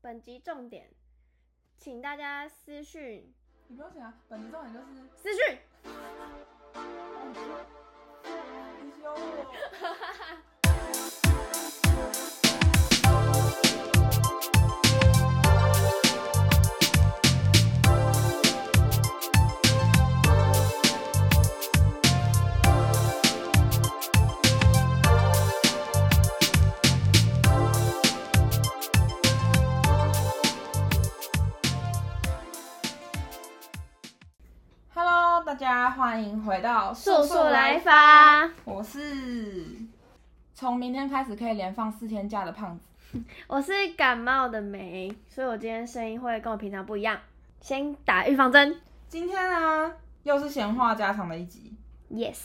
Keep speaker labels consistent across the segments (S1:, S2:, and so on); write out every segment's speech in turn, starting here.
S1: 本集重点，请大家私讯
S2: 你不用想啊，本集重点就是
S1: 私讯，
S2: 你羞我。Hello，大家欢迎回到
S1: 速速来，发。
S2: 我是从明天开始可以连放四天假的胖子。
S1: 我是感冒的梅，所以我今天声音会跟我平常不一样。先打预防针
S2: 今天呢、又是闲话家常的一集。
S1: ，yes。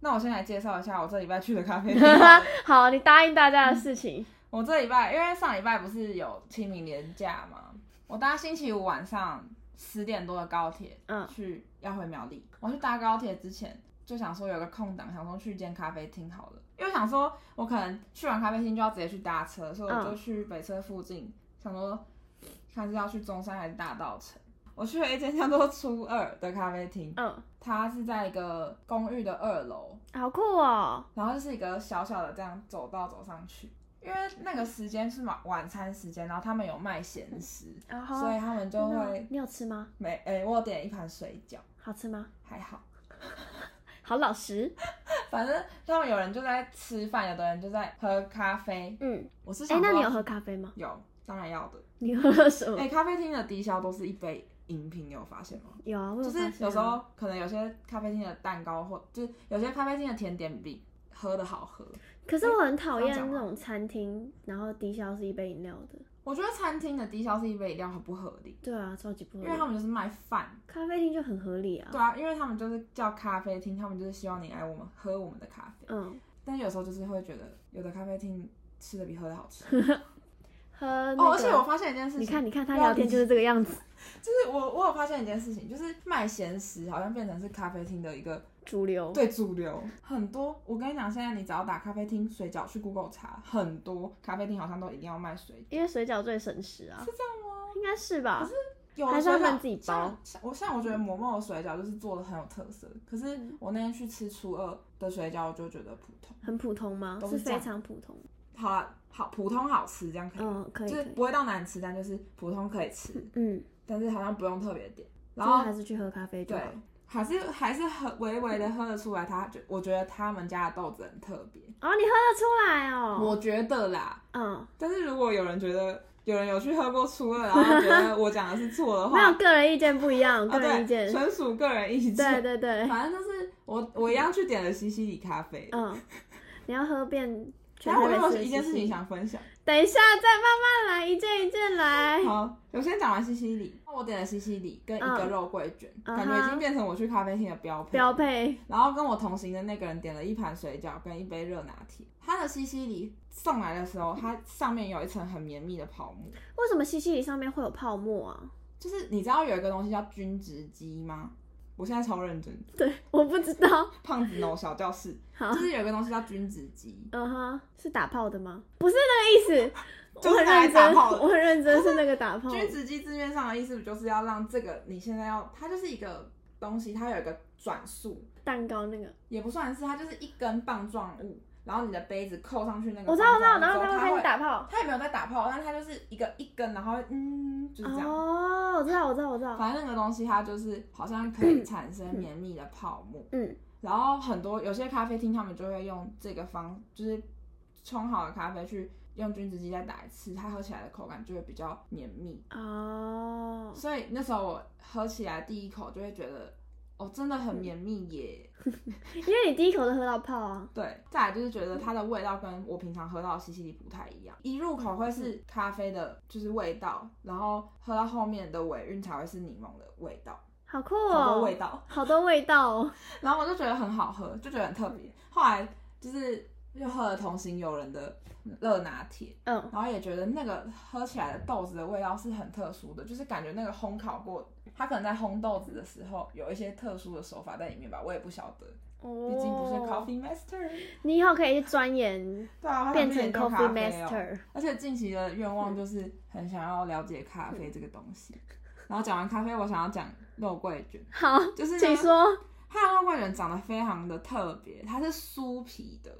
S2: 那我先来介绍一下我这礼拜去的咖啡厅好了。
S1: 好，你答应大家的事情，
S2: 我这礼拜因为上礼拜不是有清明年假嘛，我搭星期五晚上十点多的高铁
S1: 嗯
S2: 去要回苗栗。我去搭高铁之前就想说有个空档，想说去一间咖啡厅好了，因为想说我可能去完咖啡厅就要直接去搭车，所以我就去北车附近、想说嗯看是要去中山还是大道城。我去了一间叫做初二的咖啡厅，
S1: 嗯，
S2: 它是在一个公寓的二楼，
S1: 好酷哦，
S2: 然后就是一个小小的这样走道走上去，因为那个时间是晚晚餐时间，然后他们有卖咸食，
S1: 然后
S2: 所以他们就会
S1: 你有吃吗？
S2: 每诶、我有点一盘水饺，
S1: 好吃吗？
S2: 还好，
S1: 好老实，
S2: 反正他们有人就在吃饭，有的人就在喝咖啡。
S1: 嗯，
S2: 我是
S1: 哎、
S2: 想说
S1: 那你有喝咖啡吗？
S2: 有，当然要的。
S1: 你喝了什么？
S2: 哎、咖啡厅的低消都是一杯饮品，你有发现吗？
S1: 有啊，我有
S2: 就
S1: 发现啊
S2: 是有时候可能有些咖啡厅的蛋糕或就是有些咖啡厅的甜点比喝的好喝，
S1: 可是我很讨厌
S2: 这哎样讲
S1: 那
S2: 吗
S1: 种餐厅，然后低消是一杯饮料的。
S2: 我觉得餐厅的低消是一杯饮料很不合理，
S1: 对啊，超级不合
S2: 因
S1: 理
S2: 为。他们就是卖饭。
S1: 咖啡厅就很合理啊。
S2: 对啊，因为他们就是叫咖啡厅，他们就是希望你来我们喝我们的咖啡。
S1: 嗯，
S2: 但有时候就是会觉得，有的咖啡厅吃的比喝 的好吃。
S1: 喝那个。
S2: 哦，而且我发现一件事情，
S1: 你看，你看他
S2: 不要
S1: 聊天
S2: 理
S1: 就是这个样子，
S2: 就是我我有发现一件事情，就是卖咸食好像变成是咖啡厅的一个
S1: 主流。
S2: 对主流。很多我跟你讲，现在你只要打咖啡厅水饺去 Google 查，很多咖啡厅好像都一定要卖水饺，
S1: 因为水饺最省时啊
S2: 是，这样吗？
S1: 应该是吧？
S2: 有的
S1: 还是他
S2: 水饺
S1: 们自己包
S2: 像像我像我觉得某某的水饺就是做的很有特色，可是
S1: 嗯
S2: 我那天去吃初二的水饺，我就觉得普通。
S1: 很普通吗？
S2: 都
S1: 是
S2: 是这
S1: 非
S2: 样
S1: 常普通。
S2: 好啊，好普通好吃这样可以，
S1: 嗯，可以
S2: 就
S1: 可
S2: 是
S1: 以。
S2: 不会到难吃，但就是普通可以吃，
S1: 嗯，
S2: 但是好像不用特别点。然
S1: 就是
S2: 后
S1: 还是去喝咖啡就
S2: 对
S1: 好。，
S2: 还是还是很微微的喝得出来他，就我觉得他们家的豆子很特别，
S1: 哦，你喝得出来哦。
S2: 我觉得啦。
S1: 嗯，
S2: 但是如果有人觉得有人有去喝过初二，然后觉得我讲的是错的
S1: 没
S2: 话，
S1: 有
S2: 啊
S1: 个人意见不一 样，个人意
S2: 对，
S1: 见。
S2: 纯属个人意
S1: 对
S2: 见。
S1: 对 对，
S2: 反正就是我我一样去点了西西里咖啡。
S1: 嗯，你要喝遍全
S2: 然后
S1: 台
S2: 哎我
S1: 北市的
S2: 又有一件
S1: 西
S2: 事情
S1: 西
S2: 想分享。
S1: 等一下再慢慢来，一件一件来。
S2: 好，我先讲完西西里，那我点了西西里跟一个
S1: 嗯
S2: 肉桂卷，
S1: 嗯
S2: 感觉已
S1: 哼
S2: 经变成我去咖啡厅的标配。
S1: 标配，
S2: 然后跟我同行的那个人点了一盘水饺跟一杯热拿铁。他的西西里送来的时候，它上面有一层很绵密的泡沫，
S1: 为什么西西里上面会有泡沫啊？
S2: 就是你知道有一个东西叫均值机吗？我现在超认真，
S1: 对，我不知道。
S2: 胖子 no 小教室，
S1: 好
S2: 就，是有一个东西叫均值机，
S1: 嗯哼，是打炮的吗？不是那个意思，
S2: 就
S1: 我
S2: 是
S1: 很
S2: 拿来
S1: 认
S2: 打
S1: 真，
S2: 炮的
S1: 我很认真，是那个打炮。
S2: 均值机字面上的意思不就是要让这个你现在要，它就是一个东西，它有一个转速，
S1: 蛋糕那个，
S2: 也不算是，它就是一根棒状物，然后你的杯子扣上去那个
S1: 我
S2: 棒
S1: 知道，我
S2: 状物
S1: 知道，
S2: 之后，
S1: 然后他会
S2: 它
S1: 开始
S2: 会
S1: 打炮。
S2: 他也没有在打炮，但他就是一个一根，然后嗯，就是这样。
S1: 哦，我知道，我知道，我知道。
S2: 反正那个东西它就是好像可以产生绵密的泡沫，
S1: 嗯，
S2: 然后很多有些咖啡厅他们就会用这个方，就是冲好的咖啡去用菌子机再打一次，它喝起来的口感就会比较绵密。
S1: 哦，
S2: 所以那时候我喝起来第一口就会觉得，哦，真的很绵密耶。
S1: 因为你第一口就喝到泡啊。
S2: 对，再来就是觉
S1: 嗯
S2: 得它的味道跟我平常喝到的西西里不太一样，一入口会是
S1: 嗯
S2: 咖啡的，就是味道，然后喝到后面的尾韵才会是柠檬的味道，
S1: 好酷
S2: 好多味
S1: 哦，
S2: 道。
S1: 好多味道哦。
S2: 然后我就觉得很好喝，就觉得很特别。后来就是又喝了同行友人的热拿铁，
S1: 嗯，
S2: 然后也觉得那个喝起来的豆子的味道是很特殊的，就是感觉那个烘烤过，它可能在烘豆子的时候有一些特殊的手法在里面吧，我也不晓得。毕竟不是
S1: 哦
S2: coffee master。
S1: 你以后可以去钻研，
S2: 对啊，
S1: 变成
S2: 他想
S1: coffee
S2: 去研究咖啡
S1: master。
S2: 哦 而且近期的愿
S1: 嗯
S2: 望就是很想要了解咖啡这个东西。然后讲完咖啡，我想要讲肉桂卷，
S1: 好，
S2: 就是呢
S1: 请说。
S2: 它的肉桂卷长得非常的特别，它是酥皮的，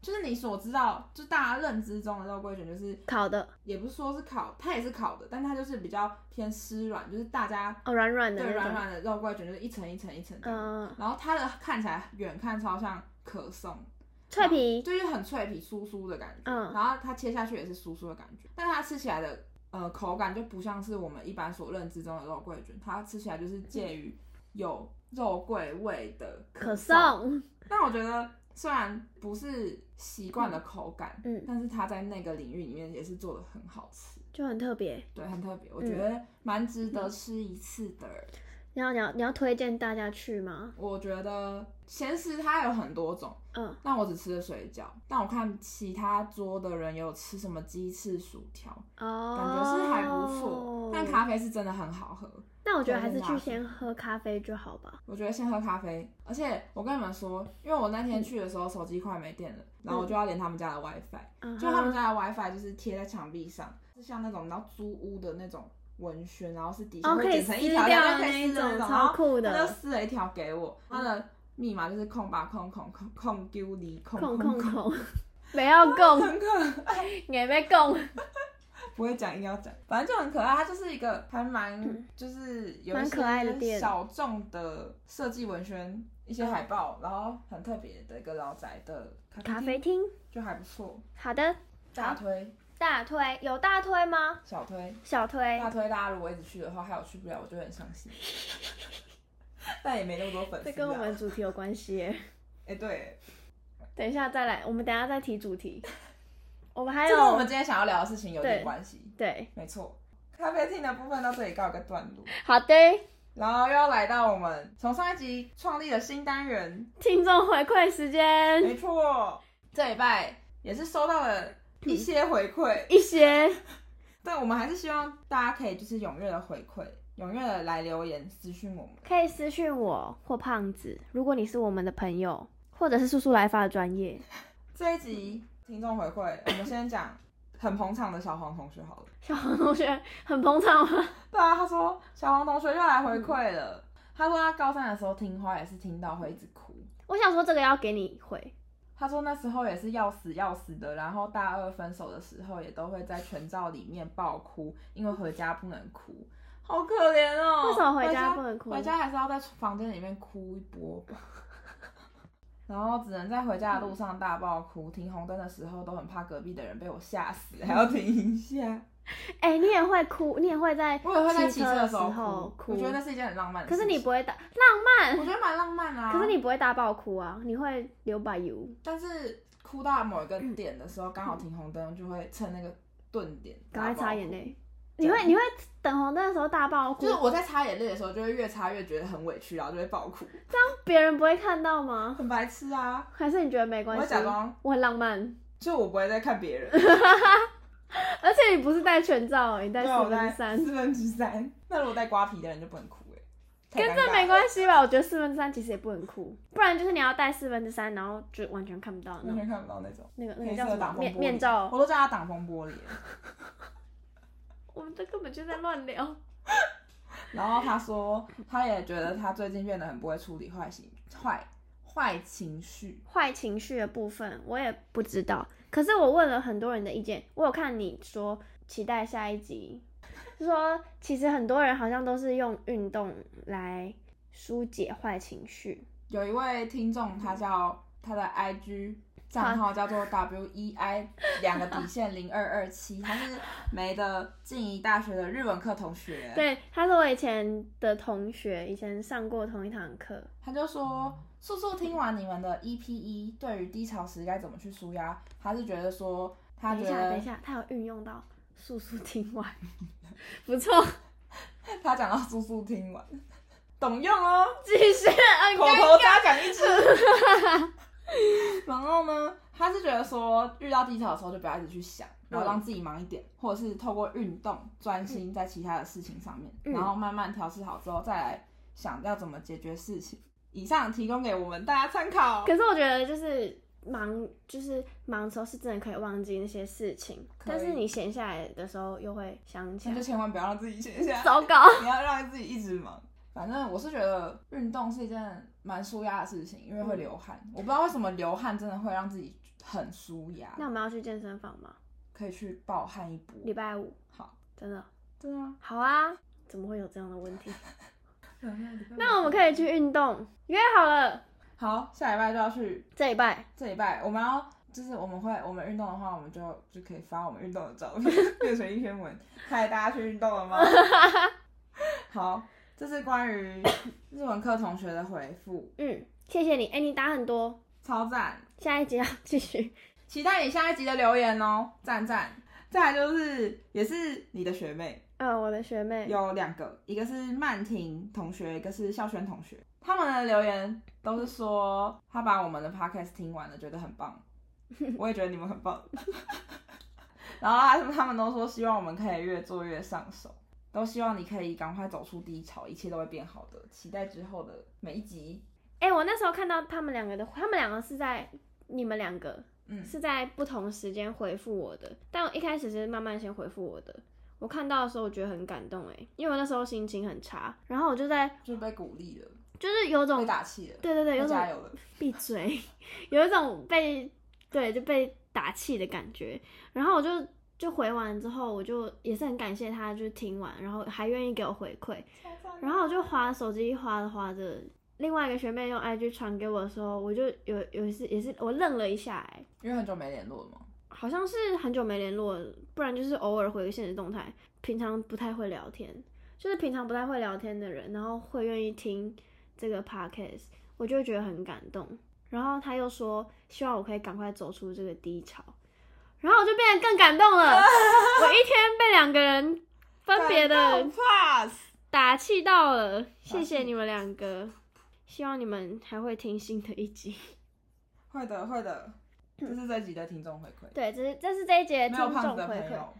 S2: 就是你所知道，就大家认知中的肉桂卷，就是
S1: 烤的
S2: 也不是说是烤，它也是烤的，但它就是比较偏湿软，就是大家
S1: 哦，软软的
S2: 对
S1: 那
S2: 软
S1: 种，
S2: 软的肉桂卷就是一层一层一层的，
S1: 嗯，
S2: 然后它的看起来远看超像可颂，
S1: 脆皮，
S2: 嗯就是很脆皮酥酥的感觉，
S1: 嗯
S2: 然后它切下去也是酥酥的感觉，但它吃起来的呃口感就不像是我们一般所认知中的肉桂卷，它吃起来就是介于有肉桂味的
S1: 可
S2: 颂，
S1: 颂，
S2: 但我觉得虽然不是习惯的口感，
S1: 嗯嗯
S2: 但是它在那个领域里面也是做的很好吃，
S1: 就很特别。
S2: 对，很特别，我觉
S1: 嗯
S2: 得蛮值得吃一次的。
S1: 然后你要你要推荐大家去吗？
S2: 我觉得咸食它有很多种，
S1: 嗯，
S2: 但我只吃了水饺，但我看其他桌的人有吃什么鸡翅、薯条，
S1: 哦，
S2: 感觉是还不错，但咖啡是真的很好喝。
S1: 那我觉得还是
S2: 推荐大
S1: 去
S2: 家
S1: 先喝咖啡就好吧。
S2: 我觉得先喝咖啡，而且我跟你们说，因为我那天去的时候手机快没电了，然后我就要连他们家的 WiFi，、
S1: 嗯
S2: 就他们
S1: 哼，
S2: 家的 WiFi 就是贴在墙壁上，是像那种然后租屋的那种文宣，然后是底下
S1: 哦，
S2: 会
S1: 可以
S2: 剪
S1: 撕
S2: 成一条一条
S1: 掉
S2: 就可以撕的
S1: 种，
S2: 种，然
S1: 超
S2: 后
S1: 酷
S2: 他就
S1: 的，
S2: 撕了一条给我，他的密码就是空八空空空空丢离空
S1: 控
S2: 空
S1: 控控， 不要供，
S2: 很可爱，
S1: 也被供，
S2: 不会讲硬要讲，反正就很可爱。它就是一个还蛮、就是有一
S1: 嗯蛮
S2: 些
S1: 可爱的店
S2: 小众的设计文宣，一些海报，然后很特别的一个老宅的
S1: 嗯咖
S2: 咖
S1: 啡
S2: 啡厅，
S1: 厅。
S2: 就还不错。
S1: 好的，
S2: 大推
S1: 大推有大推吗？
S2: 小推
S1: 小推
S2: 大推，大家如果一直去的话，害我去不了，我就会很伤 心。但也没那么多粉丝啊。
S1: 这跟我们主题有关系耶。
S2: 哎、对，
S1: 等一下再来，我们等一下再提主题。我们还
S2: 这跟我
S1: 有
S2: 们今天想要聊的事情有
S1: 对
S2: 点关系。
S1: 对，
S2: 没错，咖啡厅的部分到这里告一个段落，
S1: 好的，
S2: 然后又要来到我们从上一集创立的新单元，
S1: 听众回馈时 间，
S2: 没错，这礼拜也是收到了一些回馈，
S1: 一些
S2: 但我们还是希望大家可以就是踊跃的回馈，踊跃的来留言私讯我们，
S1: 可以私讯我或胖子，如果你是我们的朋友，或者是叔叔来发的专业。
S2: 这一集听众回馈，我们先讲很捧场的小黄同学好了。
S1: 小黄同学很捧场吗？
S2: 对啊，他说小黄同学又来回馈了。他说他高三的时候听花也是听到会一直哭。
S1: 我想说这个要给你回，
S2: 他说那时候也是要死要死的，然后大二分手的时候也都会在全照里面爆哭，因为回家不能哭，好可怜哦。
S1: 为什么回
S2: 回
S1: 家不能哭
S2: 回家还是要在房间里面哭一波吧。然后只能在回家的路上大爆哭，停红灯的时候都很怕隔壁的人被我吓死，还要停一下。
S1: 哎、你也会哭，你也会在
S2: 我也会在
S1: 骑
S2: 骑车
S1: 的
S2: 的
S1: 时
S2: 时
S1: 候
S2: 候
S1: 哭，
S2: 我觉得那是一件很浪漫的
S1: 可
S2: 事
S1: 是
S2: 情。
S1: 你不会打，
S2: 我觉得蛮浪漫啊。
S1: 可是你不会大爆哭啊，你会流把油。
S2: 但是哭到某一个点的时候，刚好停红灯，就会趁那个顿点
S1: 赶快
S2: 大爆
S1: 擦
S2: 哭
S1: 眼。泪。
S2: 对
S1: 你会你会等红灯的时候大爆哭
S2: 就是，我在擦眼泪的时候，就会越擦越觉得很委屈，然后就会爆哭，
S1: 别人不会看到吗？
S2: 很白痴啊！
S1: 还是你觉得没关
S2: 我会
S1: 系
S2: 假装？
S1: 我很浪漫，
S2: 就我不会再看别人，
S1: 而且你不是戴全罩，你戴
S2: 对，啊我
S1: 四
S2: 在
S1: 分之三，
S2: 四分之三。那如果戴瓜皮的人就不能哭哎、欸，
S1: 跟这没关系吧？我觉得四分之三其实也不能哭，不然就是你要戴四分之三，然后就完全看不到
S2: 系
S1: 那种
S2: 完全看不到那种。
S1: 那个那嗯
S2: 黑
S1: 个叫什
S2: 色的
S1: 么
S2: 挡风玻
S1: 面
S2: 璃，
S1: 面罩。
S2: 我都叫它挡风玻璃。
S1: 我们这根本就在乱聊。
S2: 然后他说，他也觉得他最近变得很不会处理坏情坏坏情绪，
S1: 坏情绪的部分我也不知道，可是我问了很多人的意见，我有看你说期待下一集，就说其实很多人好像都是用运动来疏解坏情绪，
S2: 有一位听众，他叫他的 IG 账号叫做 W E I 两个底线零二二七，他是梅的静宜大学的日文课同学。，
S1: 对，他是我以前的同学，以前上过同一堂课，
S2: 他就说，素素听完你们的 EP 一，对于低潮时该怎么去舒压，他是觉得说，他
S1: 等
S2: 觉
S1: 一下等
S2: 得
S1: 一下，他有运用到速速听 完，不错，
S2: 他讲到素素听完， 懂用哦。
S1: 继续，嗯
S2: 口头扎讲一次。 然后呢，他是觉得说，遇到低潮的时候就不要一直去想，
S1: 嗯
S2: 然后让自己忙一点，或者是透过运动专心在其他的事情上面，
S1: 嗯
S2: 然后慢慢调试好之后再来想要怎么解决事情。以上提供给我们大家参考。
S1: 可是我觉得就是忙，就是忙的时候是真的可以忘记那些事情，
S2: 可以
S1: 但是你闲下来的时候又会想起
S2: 那就
S1: 来。
S2: 千万不要让自己闲下来，
S1: 糟 糕，
S2: 你要让自己一直忙。反正我是觉得运动是一件蛮舒压的事情，因为
S1: 嗯
S2: 会流汗。我不知道为什么流汗真的会让自己很舒压
S1: 那，我们要去健身房吗？
S2: 可以去暴汗一波。
S1: 礼拜五，
S2: 好，
S1: 真的
S2: 对啊，
S1: 好啊？怎么会有这样的问 题？那
S2: 那
S1: 我们可以去运动，约好了，
S2: 好，下礼拜就要去，
S1: 这礼拜
S2: 这礼拜我们要就是我们会我们运动的话，我们就就可以发我们运动的照片， 变成一篇文，嗨，大家去运动了吗？ 好，这是关于日文课同学的回复，
S1: 嗯，谢谢你，哎、你打很多，
S2: 超赞。
S1: 下一集要继续。
S2: 期待你下一集的留言哦，赞赞。再来就是也是你的学妹，
S1: 嗯，我的学妹，
S2: 有两个，一个是曼婷同学，一个是孝轩同学。他们的留言都是说他把我们的 podcast 听完了，觉得很 棒。我也觉得你们很棒。 然后他他们都说希望我们可以越做越上手，都希望你可以赶快走出低潮，一切都会变好的。期待之后的每一集。
S1: 哎、我那时候看到他们两个的，他们两个是在你们两个
S2: 嗯，
S1: 是在不同时间回复我的，但我一开始是慢慢先回复我的。我看到的时候，我觉得很感动哎，因为我那时候心情很差，然后我就在
S2: 就是被鼓励了，
S1: 就是有
S2: 被
S1: 种
S2: 打气了，
S1: 对对对，有
S2: 被
S1: 种
S2: 加油了。
S1: 闭嘴， 有一种被对就被打气的感觉。然后我就就回完之后，我就也是很感谢他，就是听完，然后还愿意给我回馈。然后我就划手机，划着划着，另外一个学妹用 IG 传给我的时候，我就有有一次也是我愣了一下哎、
S2: 因为很久没联络了嘛。
S1: 好像是很久没联络了，不然就是偶尔回个现实动态，平常不太会聊天，就是平常不太会聊天的人，然后会愿意听这个 podcast，我就会觉得很感动。然后他又说，希望我可以赶快走出这个低潮，然后我就变得更感动了。我一天被两个人分别的
S2: pass，
S1: 打气到了，
S2: 气
S1: 谢谢你们两个，希望你们还会听新的一集。
S2: 会的会的，这是这集的听众回馈。
S1: 对，这是这是这一节
S2: 没
S1: 听
S2: 有胖
S1: 众
S2: 子的
S1: 回
S2: 朋
S1: 馈。
S2: 友，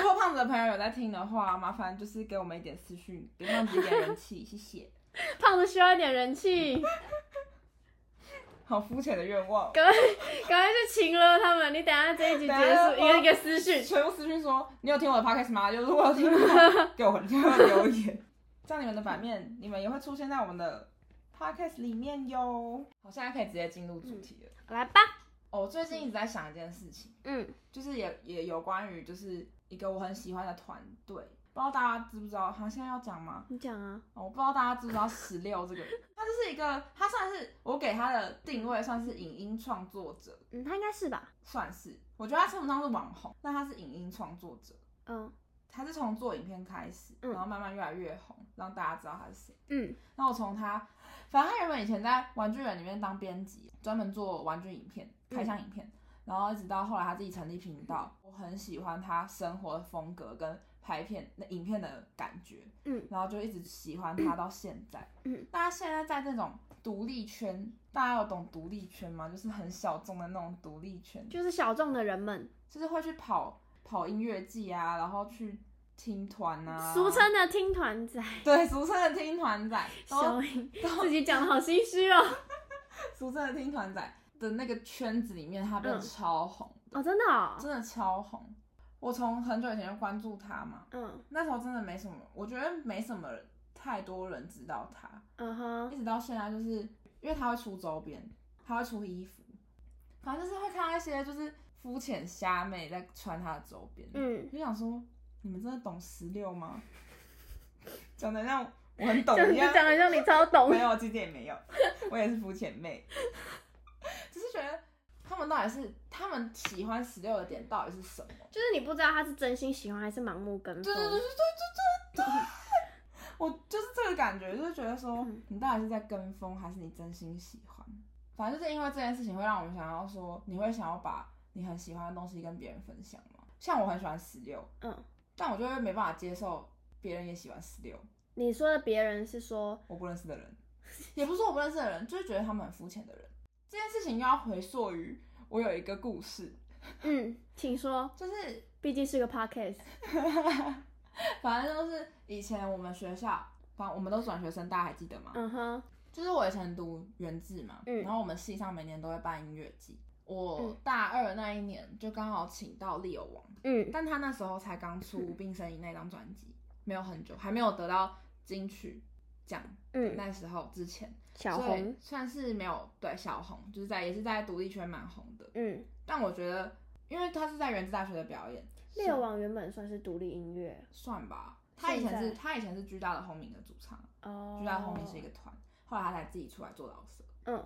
S2: 如果胖子的朋友有在听的话，麻烦就是给我们一点私讯，给胖子一点 人气，谢谢。
S1: 胖子需要一点人气，
S2: 好肤浅的愿望，
S1: 赶快赶快去请了他们。你等下这一集结
S2: 等
S1: 束，
S2: 一下哦
S1: 一个一个私讯。
S2: 全部私讯说你有听我的 podcast 吗？就是我有听过，给我给我留言，这样你们的版面你们也会出现在我们的 podcast 里面哟。好，现在可以直接进入主题了。
S1: 来吧，
S2: 哦，我最近一直在想一件事情。
S1: 嗯，
S2: 就是也也有关于就是一个我很喜欢的团队，不知道大家知不知道？好，现在要讲吗？
S1: 你讲啊。
S2: 哦，我不知道大家知不知道十六这个人，他就是一个，他算是我给他的定位算是影音创作者，
S1: 嗯，他应该是吧？
S2: 算是，我觉得他称不上是网红，但他是影音创作者，
S1: 嗯
S2: 他是从做影片开始，
S1: 嗯
S2: 然后慢慢越来越红，让大家知道他是谁。
S1: 嗯
S2: 那我从他，反正他原本以前在玩具人里面当编辑，专门做玩具影片、开箱影片，然后一直到后来他自己成立频道。我很喜欢他生活的风格跟拍片那影片的感觉，
S1: 嗯
S2: 然后就一直喜欢他到现在。
S1: 嗯，
S2: 那他现在在这种独立圈，大家有懂独立圈吗？就是很小众的那种独立圈，
S1: 就是小众的人们，
S2: 就是会去跑跑音乐季啊，然后去听团啊，
S1: 俗称的听团仔。
S2: 对俗称的听团仔，然后
S1: 小颖
S2: 哦
S1: 自己讲的好心虚哦。
S2: 苏真的听团仔的那个圈子里面，他变得
S1: 嗯
S2: 超红，
S1: 哦，真的哦。
S2: 真的超红。我从很久以前就关注他嘛，
S1: 嗯
S2: 那时候真的没什么，我觉得没什么太多人知道他，
S1: 嗯哼，
S2: 一直到现在，就是因为他会出周边，他会出衣服，反正就是会看到一些就是肤浅虾妹在穿他的周边，
S1: 嗯
S2: 我，就想说，你们真的懂十六吗？讲的让我很懂
S1: 讲
S2: 一样，
S1: 讲的像你超懂
S2: 没。有，其实也没有，我也是肤浅妹，只是觉得他们到底是他们喜欢十六的点到底是什么？
S1: 就是你不知道他是真心喜欢还是盲目跟
S2: 对对对对对对
S1: 风。
S2: 对对，我就是这个感觉，就是觉得说
S1: 嗯
S2: 你到底是在跟风还是你真心喜欢？反正就是因为这件事情会让我们想要说，你会想要把你很喜欢的东西跟别人分享吗？像我很喜欢十六，
S1: 嗯，
S2: 但我就会没办法接受别人也喜欢十六，
S1: 你说的别人是说，
S2: 我不认识的 人，也不是说我不认识的人，就是觉得他们很肤浅的人。这件事情又要回溯于我有一个故事，
S1: 嗯，请说，
S2: 就是
S1: 毕竟是个 podcast。
S2: 反正就是以前我们学校，反正我们都转学生，大家还记得吗？
S1: 嗯哼，
S2: 就是我以前读原制嘛，
S1: 嗯
S2: 然后我们系上每年都会办音乐季。我
S1: 嗯
S2: 大二那一年就刚好请到利友王，
S1: 嗯
S2: 但他那时候才刚出《病呻吟》那张专辑，没有很久，还没有得到金曲奖。
S1: 嗯，
S2: 那时候之前，
S1: 小
S2: 所以
S1: 红，
S2: 算是没有对小红，就是在也是在独立圈蛮红的。
S1: 嗯，
S2: 但我觉得，因为他是在原子大学的表演，
S1: 猎王原本算是独立音乐
S2: 算吧。他以前
S1: 现在
S2: 是他以前是巨大的轰鸣的主唱，
S1: 哦，
S2: 巨大的轰鸣是一个团，后来他才自己出来做老师，
S1: 嗯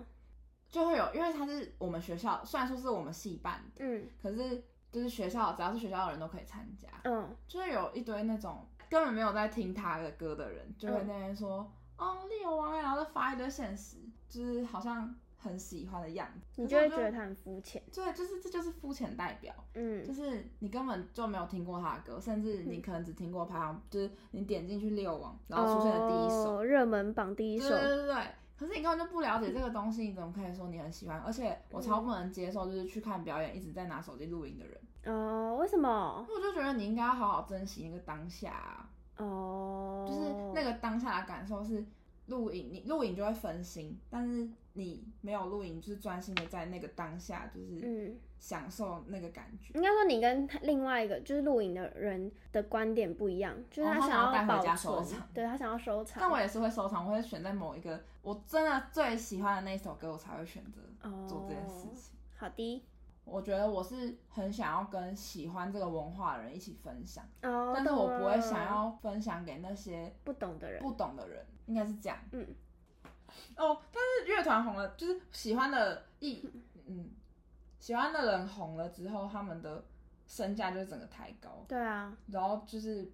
S2: 就会有，因为他是我们学校，虽然说是我们系办的，
S1: 嗯
S2: 可是就是学校只要是学校的人都可以参加，
S1: 嗯
S2: 就是有一堆那种根本没有在听他的歌的人，就会
S1: 嗯
S2: 在那边说、哦，利友王哎，然后就发一堆现实，就是好像很喜欢的样子，
S1: 你
S2: 可
S1: 就是
S2: 我
S1: 会觉得他很肤浅，
S2: 对，就是这就是肤浅代表，就
S1: 嗯
S2: 是你根本就没有听过他的歌，甚至你可能只听过排行，就是你点进去六网，然后出现的第一首，
S1: 哦热门榜第一
S2: 对
S1: 首
S2: 对，对对。可是你根本就不了解这个东西，你怎么可以说你很喜欢？而且我超不能接受，就是去看表演一直在拿手机录音的人。
S1: 哦，为什么？
S2: 我就觉得你应该要好好珍惜那个当下、啊，
S1: 哦，
S2: 就是那个当下的感受是录影，你录影就会分心，但是你没有录影，就是专心的在那个当下，就是
S1: 嗯。
S2: 享受那个感觉。
S1: 应该说你跟他另外一个就是录影的人的观点不一样，就是
S2: 哦他想
S1: 想
S2: 要带回
S1: 保
S2: 家收
S1: 存，
S2: 藏
S1: 对他想要收藏。
S2: 但我也是会收藏，我会选在某一个我真的最喜欢的那一首歌，我才会选择做这件事情。
S1: 哦好的，
S2: 哦我觉得我是很想要跟喜欢这个文化的人一起分享，
S1: 哦，
S2: 但是我
S1: 懂
S2: 不会
S1: 了
S2: 想要分享给那些
S1: 不哦懂的人，
S2: 不懂的人，应该是这样。
S1: 嗯，
S2: 哦，但是乐团红了，就是喜欢的艺，嗯，喜欢的人红了之后，他们的身价就整个抬高，
S1: 对啊，
S2: 然后就是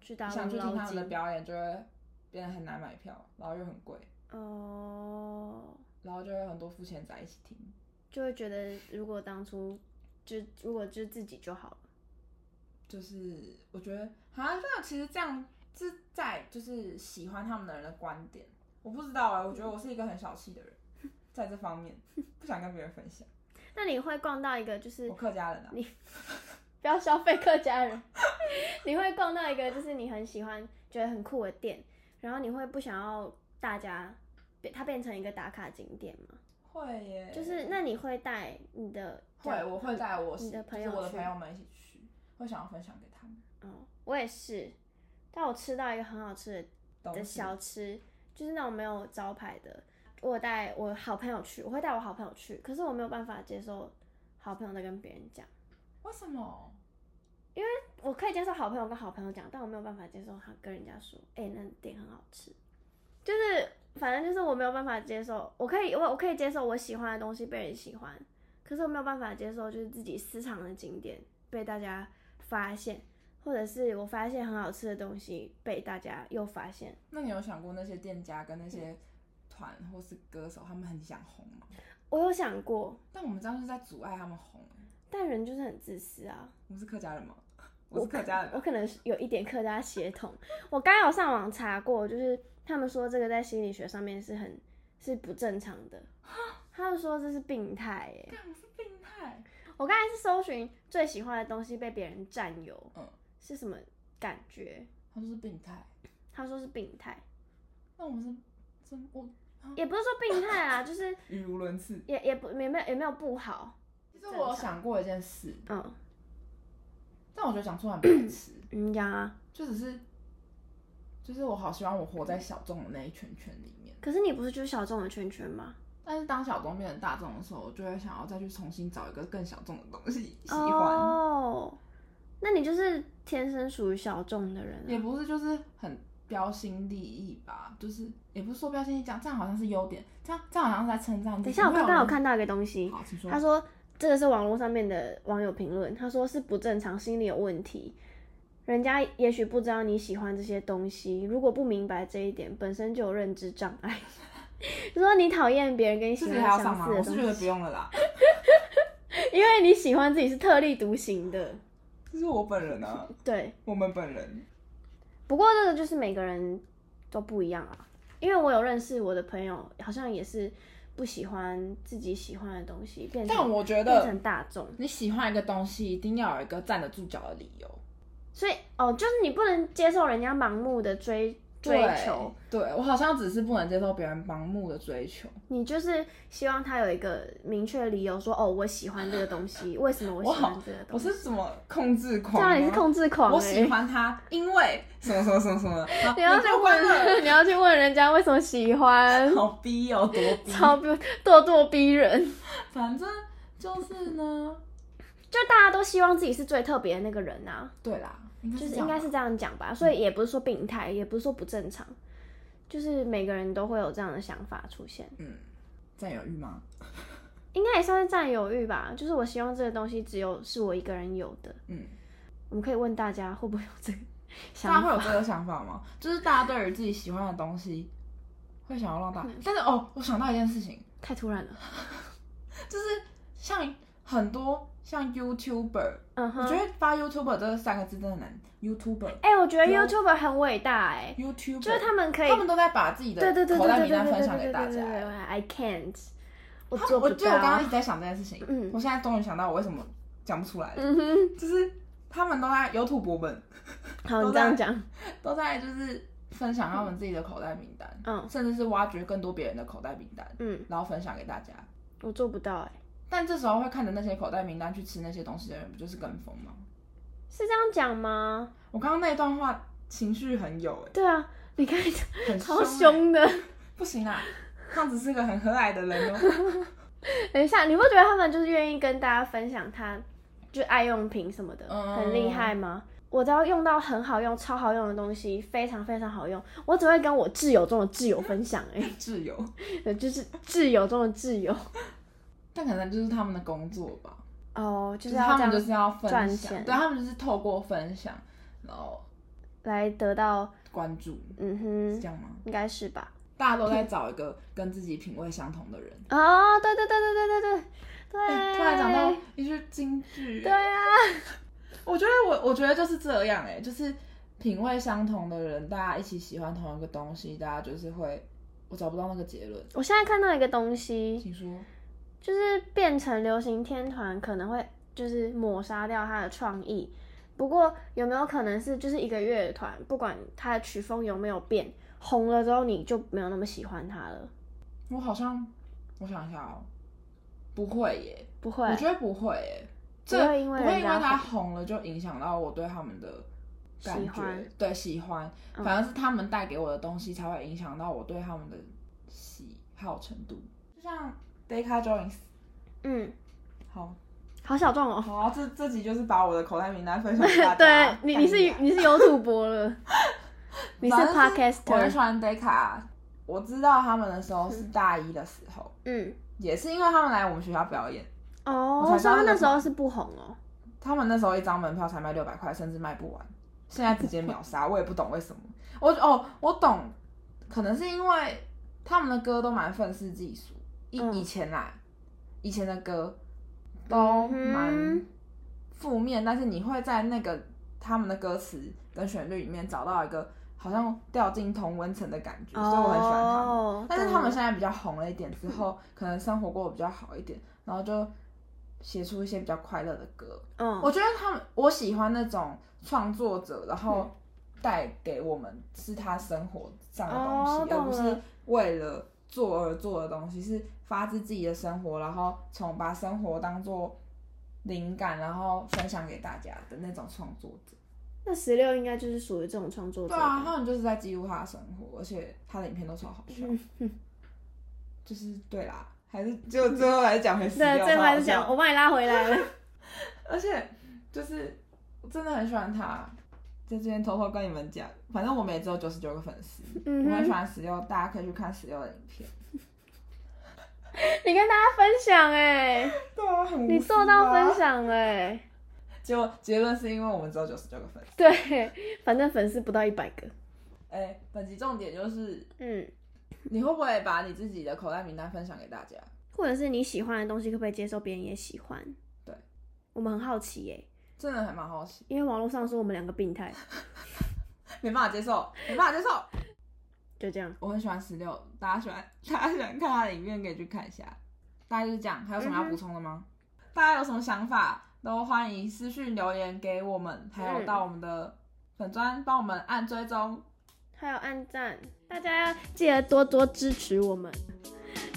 S1: 去大
S2: 想
S1: 陆
S2: 去听
S1: 捞
S2: 他们的
S1: 金。
S2: 表演就会变得很难买票，然后又很贵，
S1: 哦，
S2: 然后就会很多付钱仔一起听。
S1: 就会觉得如果当初就如果就自己就好了，
S2: 就是我觉得好像这样，其实这样是在就是喜欢他们的人的观点，我不知道啊、我觉得我是一个很小气的人，在这方面不想跟别人分享。
S1: 那你会逛到一个就是
S2: 我客家人啊，
S1: 不要消费客家人， 你会逛到一个就是你很喜欢、觉得很酷的店，然后你会不想要大家变它变成一个打卡景点吗？
S2: 会耶，
S1: 就是那你会带你的
S2: 会，我会带我
S1: 你的朋
S2: 就是我的
S1: 友去
S2: 朋友们一起去，会想要分享给他们
S1: 哦，我也是，但我吃到一个很好吃的
S2: 东
S1: 的
S2: 西。
S1: 小吃，就是那种没有招牌的。我带我好朋友去，我会带我好朋友去，可是我没有办法接受好朋友在跟别人讲。
S2: 为什么？
S1: 我可以接受好朋友跟好朋友讲，但我没有办法接受他跟人家说，哎、那店很好吃。就是反正就是我没有办法接受，我可以我我可以接受我喜欢的东西被人喜欢，可是我没有办法接受就是自己私藏的景点被大家发现，或者是我发现很好吃的东西被大家又发现。
S2: 那你有想过那些店家跟那些团或是歌手，他们很想红吗？
S1: 我有想过，
S2: 但我们这样是在阻碍他们红耶。
S1: 但人就是很自私啊。
S2: 我们是客家人吗？我是客家人
S1: 我
S2: 啊，
S1: 可能是有一点客家血统。我刚有上网查过，就是他们说这个在心理学上面是很是不正常的，他们说这是病态耶。
S2: 啊干我是病态。
S1: 我刚才是搜寻最喜欢的东西被别人占有，
S2: 嗯
S1: 是什么感觉？
S2: 他说是病态，
S1: 他说是病态，
S2: 那我们是真我
S1: 也不是说病态啊，就是
S2: 语无伦次。
S1: 也也不也没有也没有不好，
S2: 其实我有想过一件事，
S1: 嗯，
S2: 但我觉得讲出来很白痴，
S1: 你讲啊。
S2: 就只是，就是我好希望我活在小众的那一圈圈里面。
S1: 可是你不是就是小众的圈圈吗？
S2: 但是当小众变成大众的时候，我就会想要再去重新找一个更小众的东西喜欢。
S1: 哦，那你就是天生属于小众的人、啊。
S2: 也不是就是很标新立异吧，就是也不是说标新立异，这样这样好像是优点，这样这样好像是在称赞自
S1: 等一
S2: 己。
S1: 下，我刚刚有
S2: 会
S1: 看到一个东西
S2: 有人，好，请说。
S1: 他说这个是网络上面的网友评论，他说是不正常，心理有问题。人家也许不知道你喜欢这些东西，如果不明白这一点，本身就有认知障碍。 就说你讨厌别人跟你喜
S2: 自己
S1: 欢
S2: 还要上
S1: 相
S2: 吗？
S1: 似的
S2: 我是觉
S1: 东
S2: 得
S1: 西，
S2: 不用了啦，
S1: 因为你喜欢自己是特立独行的。
S2: 这是我本人啊，
S1: 对，
S2: 我们本人。
S1: 不过这个就是每个人都不一样啊，因为我有认识我的朋友，好像也是不喜欢自己喜欢的东西，变成
S2: 但我觉
S1: 变
S2: 得
S1: 成大众。
S2: 你喜欢一个东西，一定要有一个站得住脚的理由。
S1: 所以哦，就是你不能接受人家盲目的追追求，
S2: 对对我好像只是不能接受别人盲目的追求。
S1: 你就是希望他有一个明确的理由说，哦，我喜欢这个东西，为什么我
S2: 我
S1: 喜欢
S2: 好
S1: 这个东
S2: 我
S1: 西？
S2: 是啊什么控制狂
S1: 这
S2: 吗？
S1: 样你是控制狂、欸，
S2: 我喜欢他，因为什么什么什么什 么的，然后
S1: 你要
S2: 你
S1: 去
S2: 就 关了，
S1: 欸问，你要去问人家为什么喜欢，
S2: 好逼哦，多逼。
S1: 超逼咄咄逼人。
S2: 反正就是呢，
S1: 就大家都希望自己是最特别的那个人啊，
S2: 对啦，
S1: 就
S2: 就是
S1: 应该是这样讲吧。所以也不是说病态，也不是说不正常，就是每个人都会有这样的想法出现，
S2: 嗯，占有欲吗？
S1: 应该也算是占有欲吧。就是我希望这个东西只有是我一个人有的。
S2: 嗯，
S1: 我们可以问大家会不会有这个
S2: 大家
S1: 想
S2: 会有
S1: 法？
S2: 这个想法吗？就是大家对于自己喜欢的东西，会想要让大，
S1: 嗯
S2: 但是哦，我想到一件事情，
S1: 太突然了。
S2: 就是像很多像 YouTuber，、
S1: 嗯
S2: 我
S1: 哼
S2: 觉，得发 YouTuber 这三个字真的很难，YouTuber，YouTuber，、
S1: 哎、我觉得 YouTuber 很伟大哎、
S2: YouTuber
S1: 就是他们可以
S2: 他们都在把自己的
S1: 对对对对
S2: 口
S1: 对
S2: 袋
S1: 对
S2: 名单
S1: 对
S2: 分
S1: 对
S2: 享给
S1: 对
S2: 大
S1: 对对
S2: 家。欸
S1: 对，I can't，我
S2: 他
S1: 做
S2: 我
S1: 不
S2: 就我刚刚一
S1: 到
S2: 直。在想这件事情，
S1: 嗯
S2: 我现在终于想到我为什么讲不出来了，
S1: 嗯哼，
S2: 就是他们都在有土博本，
S1: 好，
S2: 都
S1: 你这样
S2: 在
S1: 讲，
S2: 都在就是分享他们自己的口袋名单，
S1: 嗯
S2: 甚至是挖掘更多别人的口袋名单，
S1: 嗯，
S2: 然后分享给大家。
S1: 我做不到哎、
S2: 但这时候会看着那些口袋名单去吃那些东西的人，不就是跟风吗？
S1: 是这样讲吗？
S2: 我刚刚那一段话情绪很有、
S1: 对啊，你看
S2: 欸，很
S1: 超
S2: 凶欸，
S1: 凶的。
S2: 不行啦，胖子是个很和蔼的人 哦。
S1: 等一下，你不觉得他们就是愿意跟大家分享他就爱用品什么的，
S2: 嗯
S1: 很厉害吗？我只要用到很好用、超好用的东西，非常非常好用，我只会跟我挚友中的挚友分享、欸，
S2: 挚友，
S1: 哎，就是挚友中的挚友。
S2: 但可能就是他们的工作吧。
S1: 哦，就
S2: 就是是
S1: 要
S2: 他
S1: 这
S2: 们
S1: 样
S2: 就是要分
S1: 赚
S2: 享，
S1: 钱
S2: 对他们就是透过分享，然后
S1: 来得到，
S2: 关注，
S1: 嗯
S2: 是
S1: 哼
S2: 这，样吗？
S1: 应该是吧？
S2: 大家都在找一个跟自己品味相同的人。
S1: 哦，对对对对对对对
S2: 哎
S1: 对，
S2: 突然讲到一句京剧，
S1: 对啊，
S2: 我觉得我我觉得就是这样哎、就是品味相同的人，大家一起喜欢同一个东西，大家就是会，我找不到那个结论，
S1: 我现在看到一个东西，
S2: 请说。
S1: 就是变成流行天团可能会就是抹杀掉它的创意。不过有没有可能是就是一个乐团，不管它的曲风有没有变，红了之后你就没有那么喜欢它了？
S2: 我好像我想一下哦，不会耶，
S1: 不会
S2: 我，觉得不会耶，
S1: 不
S2: 这
S1: 会因为
S2: 不会
S1: 人
S2: 因为他
S1: 家
S2: 红了就影响到我对他们的感
S1: 喜
S2: 觉
S1: 欢，
S2: 对喜欢，
S1: 嗯
S2: 反而是他们带给我的东西才会影响到我对他们的喜好程度。就像 Deca Jones，
S1: 嗯，
S2: 好，
S1: 好小众 哦。
S2: 好啊、这这集就是把我的口袋名单分享给大
S1: 对
S2: 家。
S1: 你，
S2: 干
S1: 你是
S2: 嘛
S1: 你是有主播了，你是
S2: 反正我很喜
S1: podcaster，
S2: 欢 Deca，我知道他们的时候是大一的时候，
S1: 嗯，
S2: 也是因为他们来我们学校表演，
S1: 哦
S2: 我，才知
S1: 所以
S2: 道
S1: 他
S2: 那
S1: 那
S2: 个
S1: 时候是不红哦。
S2: 他们那时候一张门票才卖六百块，甚至卖不完，现在直接秒杀，我也不懂为什么。我哦，我懂，可能是因为他们的歌都蛮愤世嫉俗，以、
S1: 嗯
S2: 以前啦，以前的歌都蛮
S1: 嗯
S2: 负面，但是你会在那个他们的歌词跟旋律里面找到一个好像掉进同温层的感觉，所以我很喜欢他们。
S1: 哦
S2: 但是他们
S1: 懂
S2: 现在比较红了一点之后，可能生活过得比较好一点，然后就写出一些比较快乐的歌。
S1: 嗯，
S2: 我觉得他们，我喜欢那种创作者，然
S1: 嗯
S2: 后带给我们是他生活上的东
S1: 哦
S2: 西，
S1: 懂
S2: 而不是
S1: 了
S2: 为了做而做的东西，是发自自己的生活，然后从把生活当做灵感，然后分享给大家的那种创作者。
S1: 那十六应该就是属于这种创作者
S2: 对
S1: 吧。
S2: 啊，他们就是在记录他的生活，而且他的影片都超好 笑。
S1: 嗯
S2: 就是对啦，还是就最后还是讲回十
S1: 对，
S2: 六，
S1: 最后还
S2: 超好
S1: 是
S2: 笑
S1: 讲，我把你拉回来了。
S2: 而且就是我真的很喜欢他，在这边偷偷跟你们讲，反正我们也只有九十九个粉丝，
S1: 嗯
S2: 我
S1: 哼
S2: 很喜欢十六，大家可以去看十六的影片。
S1: 你跟大家分享哎、
S2: 对啊，很无
S1: 你
S2: 私
S1: 做到
S2: 啊
S1: 分， 享哎、
S2: 结果结论是因为我们只有九十九个粉丝。
S1: 对，反正粉丝不到一百个。
S2: 哎、本集重点就是
S1: 嗯，
S2: 你会不会把你自己的口袋名单分享给大家？
S1: 或者是你喜欢的东西，可不可以接受别人也喜欢？
S2: 对，
S1: 我们很好奇耶、
S2: 真的还蛮好奇，
S1: 因为网络上说我们两个病态，
S2: 没办法接受，没办法接受。
S1: 就这样。
S2: 我很喜欢十六，大家喜欢大家喜欢看他的影片可以去看一下。大概就是这样，还有什么要补充的吗？大家有什么想法都欢迎私讯留言给我们，还有
S1: 嗯
S2: 到我们的粉砖帮我们按追踪。
S1: 还有按赞，大家要记得多多支持我们。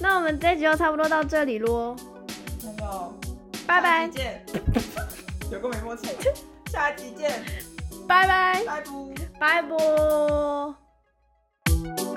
S1: 那我们这一集就差不多到这里喽，
S2: 那就
S1: 拜
S2: 下
S1: 拜
S2: 集，见， 有个没默契，下集见，
S1: 拜拜，
S2: 拜拜。
S1: 拜拜。